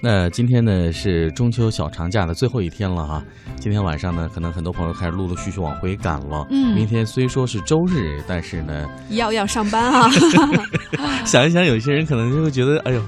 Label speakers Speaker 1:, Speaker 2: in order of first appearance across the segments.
Speaker 1: 那今天呢是中秋小长假的最后一天了哈，今天晚上呢，可能很多朋友开始陆陆续续往回赶了。
Speaker 2: 嗯
Speaker 1: 明天虽说是周日，但是呢，
Speaker 2: 要要上班 啊。
Speaker 1: 想一想，有些人可能就会觉得，哎呦，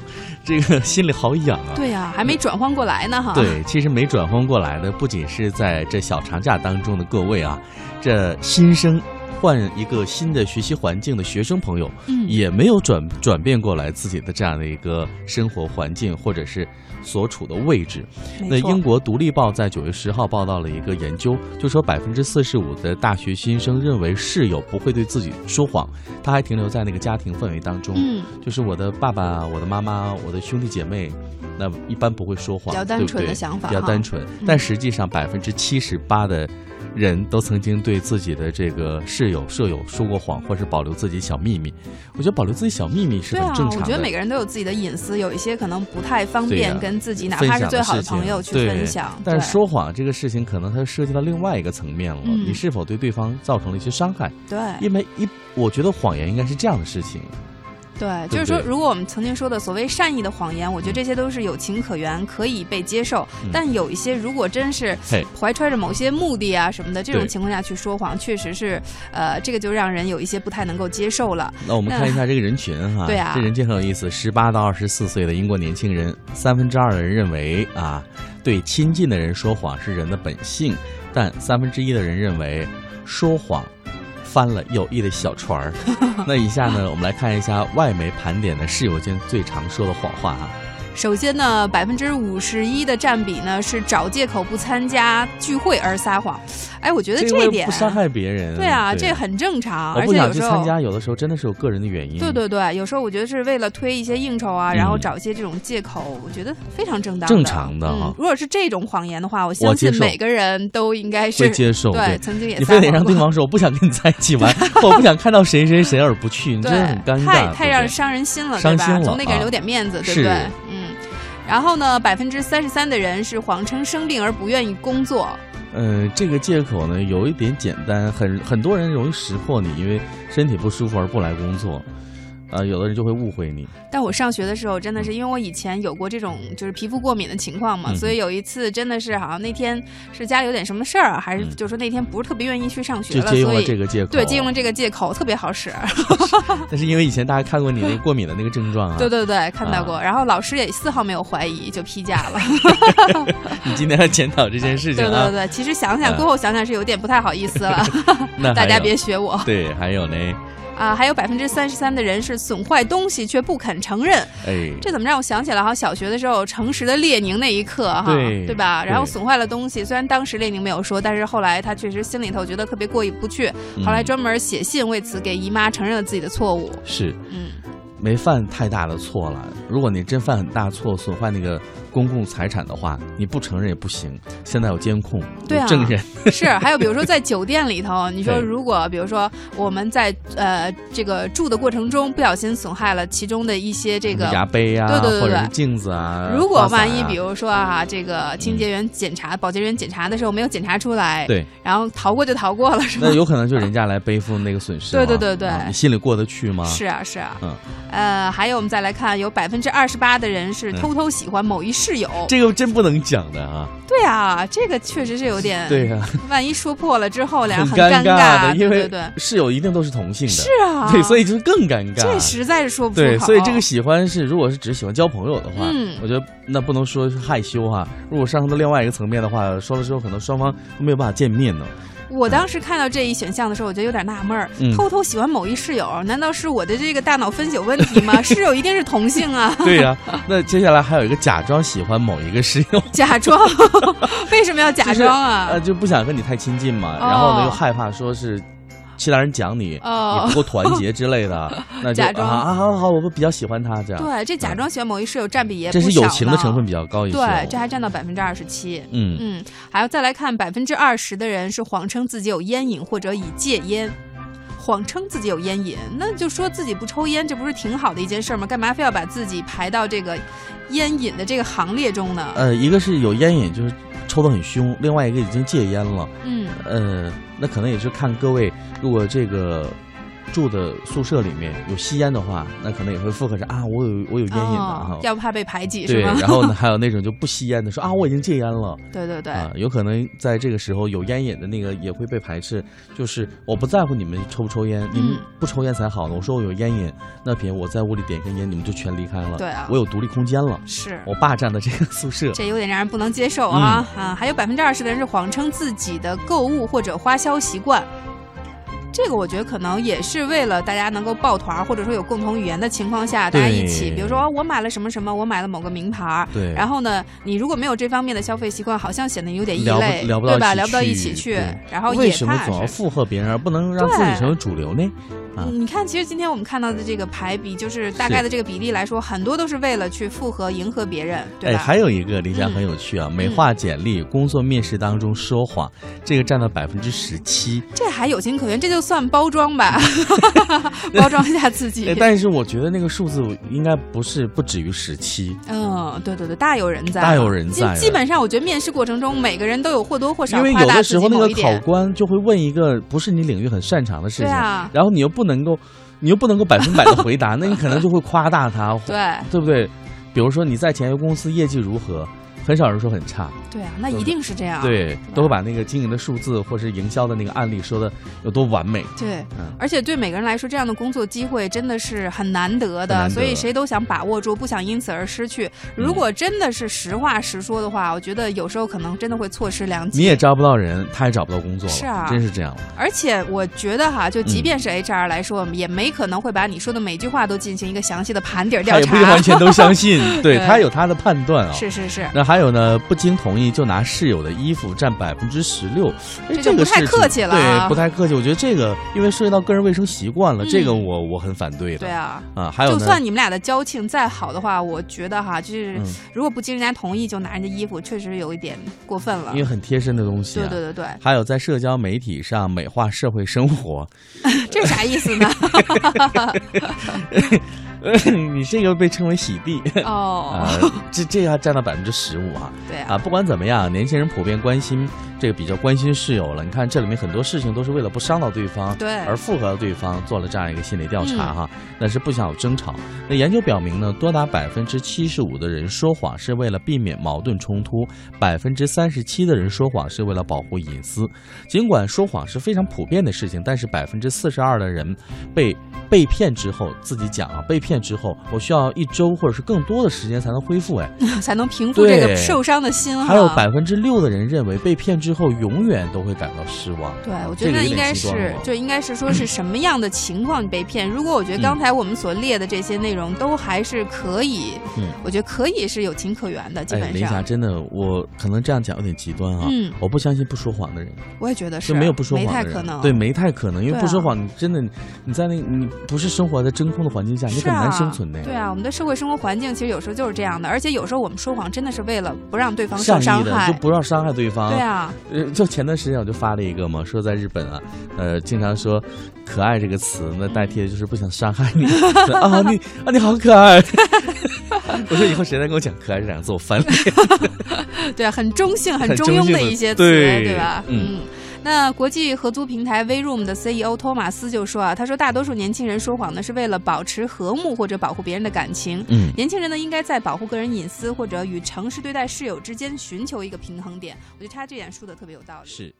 Speaker 1: 这个心里好痒啊。
Speaker 2: 对呀、啊还没转换过来呢哈。
Speaker 1: 对，其实没转换过来的，不仅是在这小长假当中的各位啊，这新生换一个新的学习环境的学生朋友，
Speaker 2: 嗯
Speaker 1: 也没有转转变过来自己的这样的一个生活环境或者是所处的位置。那
Speaker 2: 没错
Speaker 1: 英国《独立报》在九月十号报道了一个研究，就说百分之四十五的大学新生认为室友不会对自己说谎，他还停留在那个家庭氛围当中，
Speaker 2: 嗯，
Speaker 1: 就是我的爸爸、我的妈妈、我的兄弟姐妹，那一般不会说谎，
Speaker 2: 比较单
Speaker 1: 对不
Speaker 2: 纯的
Speaker 1: 对
Speaker 2: 想法
Speaker 1: 比较
Speaker 2: 哈
Speaker 1: 单纯。但实际上，百分之七十八的人都曾经对自己的这个室友、舍友说过谎，或是保留自己小秘密。我觉得保留自己小秘密是
Speaker 2: 对
Speaker 1: 很
Speaker 2: 啊
Speaker 1: 正，常的。
Speaker 2: 我觉得每个人都有自己的隐私，有一些可能不太方
Speaker 1: 对呀
Speaker 2: 便跟自己，哪
Speaker 1: 分
Speaker 2: 怕是
Speaker 1: 享
Speaker 2: 最
Speaker 1: 的
Speaker 2: 好的
Speaker 1: 事情
Speaker 2: 朋友去
Speaker 1: 对
Speaker 2: 分享。
Speaker 1: 但
Speaker 2: 对
Speaker 1: 是说谎这个事情，可能它涉及到另外一个层面了，
Speaker 2: 嗯
Speaker 1: 你是否对对方造成了一些伤害？
Speaker 2: 对
Speaker 1: 因为一，我觉得谎言应该是这样的事情，
Speaker 2: 对，
Speaker 1: 不
Speaker 2: 就是说，
Speaker 1: 对
Speaker 2: 如果我们曾经说的所谓善意的谎言，我觉得这些都是有情可原，可以被接受。
Speaker 1: 嗯
Speaker 2: 但有一些如果真是
Speaker 1: 嘿，
Speaker 2: 怀揣着某些目的啊什么的，这种
Speaker 1: 对
Speaker 2: 情况下去说谎，确实是，呃，这个就让人有一些不太能够接受了。
Speaker 1: 那我们
Speaker 2: 那
Speaker 1: 看一下这个人群哈，
Speaker 2: 对啊
Speaker 1: 这人群很有意思，十八到二十四岁的英国年轻人，三分之二的人认为啊，对亲近的人说谎是人的本性，但三分之一的人认为说谎。翻了友谊的小船儿， 那以下呢，我们来看一下外媒盘点的室友间最常说的谎话啊。
Speaker 2: 首先呢，百分之五十一的占比呢是找借口不参加聚会而撒谎。哎，我觉得
Speaker 1: 这啊个为了
Speaker 2: 点
Speaker 1: 不伤害别人，
Speaker 2: 对啊，这很正常，
Speaker 1: 嗯我
Speaker 2: 而
Speaker 1: 不
Speaker 2: 且
Speaker 1: 想
Speaker 2: 有
Speaker 1: 去
Speaker 2: 时
Speaker 1: 参
Speaker 2: 候。
Speaker 1: 加，有的时候真的是有个人的原因。
Speaker 2: 对对对，有时候我觉得是为了推一些应酬啊，
Speaker 1: 嗯
Speaker 2: 然后找一些这种借口，我觉得非常正当的。
Speaker 1: 正常的哈
Speaker 2: 嗯。如果是这种谎言的话，我相信
Speaker 1: 接受
Speaker 2: 每个人都应该
Speaker 1: 会
Speaker 2: 是
Speaker 1: 接受。
Speaker 2: 对，曾经也
Speaker 1: 你非得
Speaker 2: 撒谎
Speaker 1: 让对
Speaker 2: 过
Speaker 1: 方说我不想跟你在一起玩，我不想看到谁谁谁而不去，你真的很
Speaker 2: 对，
Speaker 1: 尴
Speaker 2: 太
Speaker 1: 尬，
Speaker 2: 太
Speaker 1: 对不对
Speaker 2: 让人伤人心了，
Speaker 1: 伤
Speaker 2: 对吧？
Speaker 1: 心了
Speaker 2: 总得给人
Speaker 1: 啊
Speaker 2: 留点面子，对
Speaker 1: 是
Speaker 2: 不对？嗯。然后呢，百分之三十三的人是谎称生病而不愿意工作，
Speaker 1: 嗯，这个借口呢有一点简单，很很多人容易识破你，因为身体不舒服而不来工作，啊，有的人就会误会你。
Speaker 2: 但我上学的时候，真的是因为我以前有过这种就是皮肤过敏的情况嘛，
Speaker 1: 嗯
Speaker 2: 所以有一次真的是好像那天是家里有点什么事儿啊，还是
Speaker 1: 嗯
Speaker 2: 就是说那天不是特别愿意去上学
Speaker 1: 就
Speaker 2: 了，
Speaker 1: 借用
Speaker 2: 所
Speaker 1: 了这哦啊
Speaker 2: 以
Speaker 1: 个借口，
Speaker 2: 对借用了这个借口特别好使，
Speaker 1: 但是因为以前大家看过你那个过敏的那个症状啊，
Speaker 2: 对对对，看到过。然后老师也丝毫没有怀疑，就批假 了。
Speaker 1: 你今天要检讨这件事情
Speaker 2: 对对
Speaker 1: 啊，
Speaker 2: 对，其实想想
Speaker 1: 嗯
Speaker 2: 过后想想是有点不太好意 思了，
Speaker 1: 那
Speaker 2: 大
Speaker 1: 还
Speaker 2: 家
Speaker 1: 有
Speaker 2: 别学我
Speaker 1: 对，还有呢，
Speaker 2: 啊！还有百分之三十三的人是损坏东西却不肯承认，
Speaker 1: 哎，
Speaker 2: 这怎么让我想起来哈？小学的时候，诚实的列宁那一刻哈，
Speaker 1: 对
Speaker 2: 吧？
Speaker 1: 对
Speaker 2: 然后损坏了东西，虽然当时列宁没有说，但是后来他确实心里头觉得特别过意不去，后来
Speaker 1: 嗯
Speaker 2: 专门写信为此给姨妈承认了自己的错误。
Speaker 1: 是
Speaker 2: 嗯，
Speaker 1: 没犯太大的错了。如果你真犯很大错，损坏那个公共财产的话，你不承认也不行。现在有监控，
Speaker 2: 对啊
Speaker 1: 有证人，
Speaker 2: 是。还有比如说在酒店里头，你说
Speaker 1: 对
Speaker 2: 如果比如说我们在呃这个住的过程中不小心损害了其中的一些这
Speaker 1: 什
Speaker 2: 个
Speaker 1: 么牙杯啊，
Speaker 2: 对对对对
Speaker 1: 或者是镜子啊。
Speaker 2: 如果
Speaker 1: 花洒啊
Speaker 2: 万一，比如说啊，这个清洁员检查、保洁员检查的时候没有检查出来，
Speaker 1: 对，
Speaker 2: 然后逃过就逃过了，是吧
Speaker 1: 那？有可能就是人家来背负那个损失嘛。
Speaker 2: 对对对对
Speaker 1: 啊你心里过得去吗？
Speaker 2: 是啊，是啊，
Speaker 1: 嗯
Speaker 2: 呃，还有我们再来看，有百分之二十八的人是偷偷喜欢某一室友，
Speaker 1: 嗯这个真不能讲的啊。
Speaker 2: 对啊，这个确实是有点，
Speaker 1: 对啊，
Speaker 2: 万一说破了之后，俩人
Speaker 1: 很
Speaker 2: 啊尴
Speaker 1: 尬的，
Speaker 2: 对
Speaker 1: 因
Speaker 2: 对
Speaker 1: 为
Speaker 2: 对，
Speaker 1: 室友一定都是同性的。
Speaker 2: 是啊，
Speaker 1: 对，所以就是更尴尬。
Speaker 2: 这实在是说不出口，
Speaker 1: 对，所以这个喜欢是，如果是只喜欢交朋友的话，
Speaker 2: 嗯
Speaker 1: 我觉得那不能说是害羞哈、如果上升到另外一个层面的话，说了之后可能双方都没有办法见 面呢。
Speaker 2: 我当时看到这一选项的时候，我觉得有点纳闷儿，
Speaker 1: 嗯
Speaker 2: 偷偷喜欢某一室友，难道是我的这个大脑分析有问 题吗？室友一定是同性啊。
Speaker 1: 对呀、那接下来还有一个假装喜欢某一个室友，
Speaker 2: 假装，为什么要假装 啊？
Speaker 1: 呃，就不想跟你太亲近嘛，
Speaker 2: 哦
Speaker 1: 然后呢又害怕说是其他人讲你。你
Speaker 2: 哦，
Speaker 1: 不够团结之类 的，那就
Speaker 2: 假装
Speaker 1: 啊啊好好，我比较喜欢他这样，
Speaker 2: 对，这假装喜欢某一室友占比也不
Speaker 1: 这
Speaker 2: 小
Speaker 1: 是友情的
Speaker 2: 呢
Speaker 1: 成分比较高一些哦。
Speaker 2: 对，这还占到百分之二十七。
Speaker 1: 嗯，
Speaker 2: 嗯，还要再来看百分之二十的人是谎称自己有烟瘾或者已戒烟，谎称自己有烟瘾，那就说自己不抽烟，这不是挺好的一件事儿吗？干嘛非要把自己排到这个烟瘾的这个行列中呢？
Speaker 1: 呃，一个是有烟瘾，就是抽得很凶；，另外一个已经戒烟了。
Speaker 2: 嗯，
Speaker 1: 呃，那可能也是看各位，如果这个住的宿舍里面有吸烟的话，那可能也会附和着啊，我有我有烟瘾的哈
Speaker 2: 哦。要不怕被排挤
Speaker 1: 对，
Speaker 2: 是吗？
Speaker 1: 然后呢，还有那种就不吸烟的说啊，我已经戒烟了。
Speaker 2: 对对对，
Speaker 1: 啊，有可能在这个时候有烟瘾的那个也会被排斥，就是我不在乎你们抽不抽烟，你们
Speaker 2: 嗯
Speaker 1: 不抽烟才好呢。我说我有烟瘾，那别我在屋里点根烟，你们就全离开了。
Speaker 2: 对啊
Speaker 1: 我有独立空间了。
Speaker 2: 是。
Speaker 1: 我霸占的这个宿舍，
Speaker 2: 这有点让人不能接受啊、
Speaker 1: 嗯
Speaker 2: 啊！还有百分之二十的人是谎称自己的购物或者花销习惯，这个我觉得可能也是为了大家能够抱团儿，或者说有共同语言的情况下，大家一起，
Speaker 1: 对
Speaker 2: 比如说、哦我买了什么什么，我买了某个名牌儿，
Speaker 1: 对，
Speaker 2: 然后 呢，你如果没有这方面的消费习惯，好像显得有点异
Speaker 1: 聊不
Speaker 2: 类，
Speaker 1: 聊不到
Speaker 2: 对吧？
Speaker 1: 一起
Speaker 2: 聊不到一
Speaker 1: 去
Speaker 2: 起去
Speaker 1: 对，
Speaker 2: 然后
Speaker 1: 为
Speaker 2: 也
Speaker 1: 什么
Speaker 2: 怕
Speaker 1: 总要
Speaker 2: 是
Speaker 1: 附和别人，而不能让自己
Speaker 2: 对
Speaker 1: 成为主流呢？啊
Speaker 2: 你看，其实今天我们看到的这个排比，就是大概的这个比例来说，很多都是为了去附和、迎合别人，对
Speaker 1: 哎，
Speaker 2: 吧？
Speaker 1: 还有一个林霞
Speaker 2: 嗯
Speaker 1: 很有趣啊，美化简历、工作面试当中说谎，这个占到百分之十 七。
Speaker 2: 这还有情可原，这就算包装吧， 包装一下自 己
Speaker 1: 哎，。但是我觉得那个数字应该不是不止于十七。
Speaker 2: 嗯，对对对，大有人在，
Speaker 1: 大有人
Speaker 2: 基
Speaker 1: 在啊
Speaker 2: 基本上，我觉得面试过程中，每个人都有或多或少
Speaker 1: 因为
Speaker 2: 夸
Speaker 1: 有
Speaker 2: 大
Speaker 1: 的
Speaker 2: 自
Speaker 1: 时
Speaker 2: 己
Speaker 1: 候那
Speaker 2: 某
Speaker 1: 个
Speaker 2: 一
Speaker 1: 考
Speaker 2: 点。
Speaker 1: 官就会问一个不是你领域很擅长的事
Speaker 2: 对
Speaker 1: 情，
Speaker 2: 啊，
Speaker 1: 然后你又不能够，你又不能够百分百的回答，那你可能就会夸大他，
Speaker 2: 对
Speaker 1: 对不对？比如说你在前一个公司业绩如何，很少人说很差，
Speaker 2: 对啊，那一定是这样。
Speaker 1: 对
Speaker 2: 吧，
Speaker 1: 都会把那个经营的数字或是营销的那个案例说的有多完美。
Speaker 2: 对
Speaker 1: 嗯，
Speaker 2: 而且对每个人来说，这样的工作机会真的是很难得
Speaker 1: 很难
Speaker 2: 的，
Speaker 1: 得
Speaker 2: 所以谁都想把握住，不想因此而失去。
Speaker 1: 嗯
Speaker 2: 如果真的是实话实说的话，我觉得有时候可能真的会错失良
Speaker 1: 你
Speaker 2: 机。
Speaker 1: 也招不到人，他也找不到工作了，
Speaker 2: 是啊
Speaker 1: 真是这样了。
Speaker 2: 而且我觉得哈，就即
Speaker 1: 嗯
Speaker 2: 便是 HR 来说，也没可能会把你说的每句话都进行一个详细的盘点
Speaker 1: 他
Speaker 2: 调
Speaker 1: 也不
Speaker 2: 查
Speaker 1: 是。完 全都相信，对
Speaker 2: 对
Speaker 1: 他有他的判断啊、
Speaker 2: 是是是，
Speaker 1: 那还有呢，不经同意就拿室友的衣服占百分之十六，哎
Speaker 2: 这就
Speaker 1: 这个
Speaker 2: 不太
Speaker 1: 事情
Speaker 2: 客气了啊
Speaker 1: 对，不太客气。我觉得这个因为涉及到个人卫生习惯了，
Speaker 2: 嗯
Speaker 1: 这个我我很反对的。
Speaker 2: 对啊。
Speaker 1: 啊，还有
Speaker 2: 就
Speaker 1: 呢，
Speaker 2: 算你们俩的交情再好的话，我觉得哈，就是
Speaker 1: 嗯
Speaker 2: 如果不经人家同意就拿人家衣服，确实有一点过分了
Speaker 1: 因。为很贴身的东西、啊，
Speaker 2: 对对对对，
Speaker 1: 还有在社交媒体上美化社会生活，
Speaker 2: 这啥意思呢？
Speaker 1: 你这个被称为洗地
Speaker 2: 哦
Speaker 1: 啊，，这这个还占到百分之十五啊。
Speaker 2: 对啊，
Speaker 1: 啊，不管怎么样，年轻人普遍关心这个比较关心室友了。你看这里面很多事情都是为了不伤到对方，
Speaker 2: 对
Speaker 1: 而附和对方做了这样一个心理调查哈，那是不想有争吵。那研究表明呢，多达百分之七十五的人说谎是为了避免矛盾冲突，百分之三十七的人说谎是为了保护隐私。尽管说谎是非常普遍的事情，但是百分之四十二的人被被骗之后自己讲啊，被骗之后我需要一周或者是更多的时间才能恢复哎。
Speaker 2: 才能平复这
Speaker 1: 对
Speaker 2: 个受伤的心哈。
Speaker 1: 还有百分之六的人认为被骗之后永远都会感到失望。
Speaker 2: 对，我
Speaker 1: 这
Speaker 2: 觉
Speaker 1: 个
Speaker 2: 得
Speaker 1: 有
Speaker 2: 应
Speaker 1: 点
Speaker 2: 该
Speaker 1: 极端啊
Speaker 2: 是
Speaker 1: 了，
Speaker 2: 就应该是说是什么样的情况你被骗。如果我觉
Speaker 1: 嗯
Speaker 2: 得刚才我们所列的这些内容都还是可以，
Speaker 1: 嗯
Speaker 2: 我觉得可以是有情可原的，基
Speaker 1: 哎，
Speaker 2: 本
Speaker 1: 林霞
Speaker 2: 上。
Speaker 1: 真的，我可能这样讲有点极端啊。
Speaker 2: 嗯
Speaker 1: 我不相信不说谎的人，
Speaker 2: 我也觉得是
Speaker 1: 就没有不说
Speaker 2: 没
Speaker 1: 谎
Speaker 2: 太
Speaker 1: 的人，
Speaker 2: 可能。
Speaker 1: 对，没太可能，因为
Speaker 2: 对啊
Speaker 1: 不说谎，你真的你在那，你不是生活在真空的环境下，你
Speaker 2: 是
Speaker 1: 很
Speaker 2: 啊，
Speaker 1: 难生存的。
Speaker 2: 对啊，我们的社会生活环境其实有时候就是这样的，而且有时候我们说谎真的是为了不让对方受
Speaker 1: 善
Speaker 2: 伤
Speaker 1: 意的
Speaker 2: 害
Speaker 1: 就。不要伤害对方。
Speaker 2: 对啊，
Speaker 1: 呃，就前段时间我就发了一个嘛，说在日本啊，呃，经常说“可爱”这个词，那代替的就是不想伤害你说啊，你啊你好可爱。 我说以后谁再跟我讲“可爱”这两个字，我翻脸。
Speaker 2: 对啊，很中性、很
Speaker 1: 很
Speaker 2: 中
Speaker 1: 中
Speaker 2: 庸
Speaker 1: 性
Speaker 2: 的
Speaker 1: 的
Speaker 2: 一些词，
Speaker 1: 对
Speaker 2: 吧？
Speaker 1: 嗯。
Speaker 2: 那国际合租平台 WeRoom 的 CEO 托马斯就说啊，他说大多数年轻人说谎呢是为了保持和睦或者保护别人的感情。
Speaker 1: 嗯，
Speaker 2: 年轻人呢应该在保护个人隐私或者与诚实对待室友之间寻求一个平衡点。我觉得他这点说的特别有道 理。
Speaker 1: 是。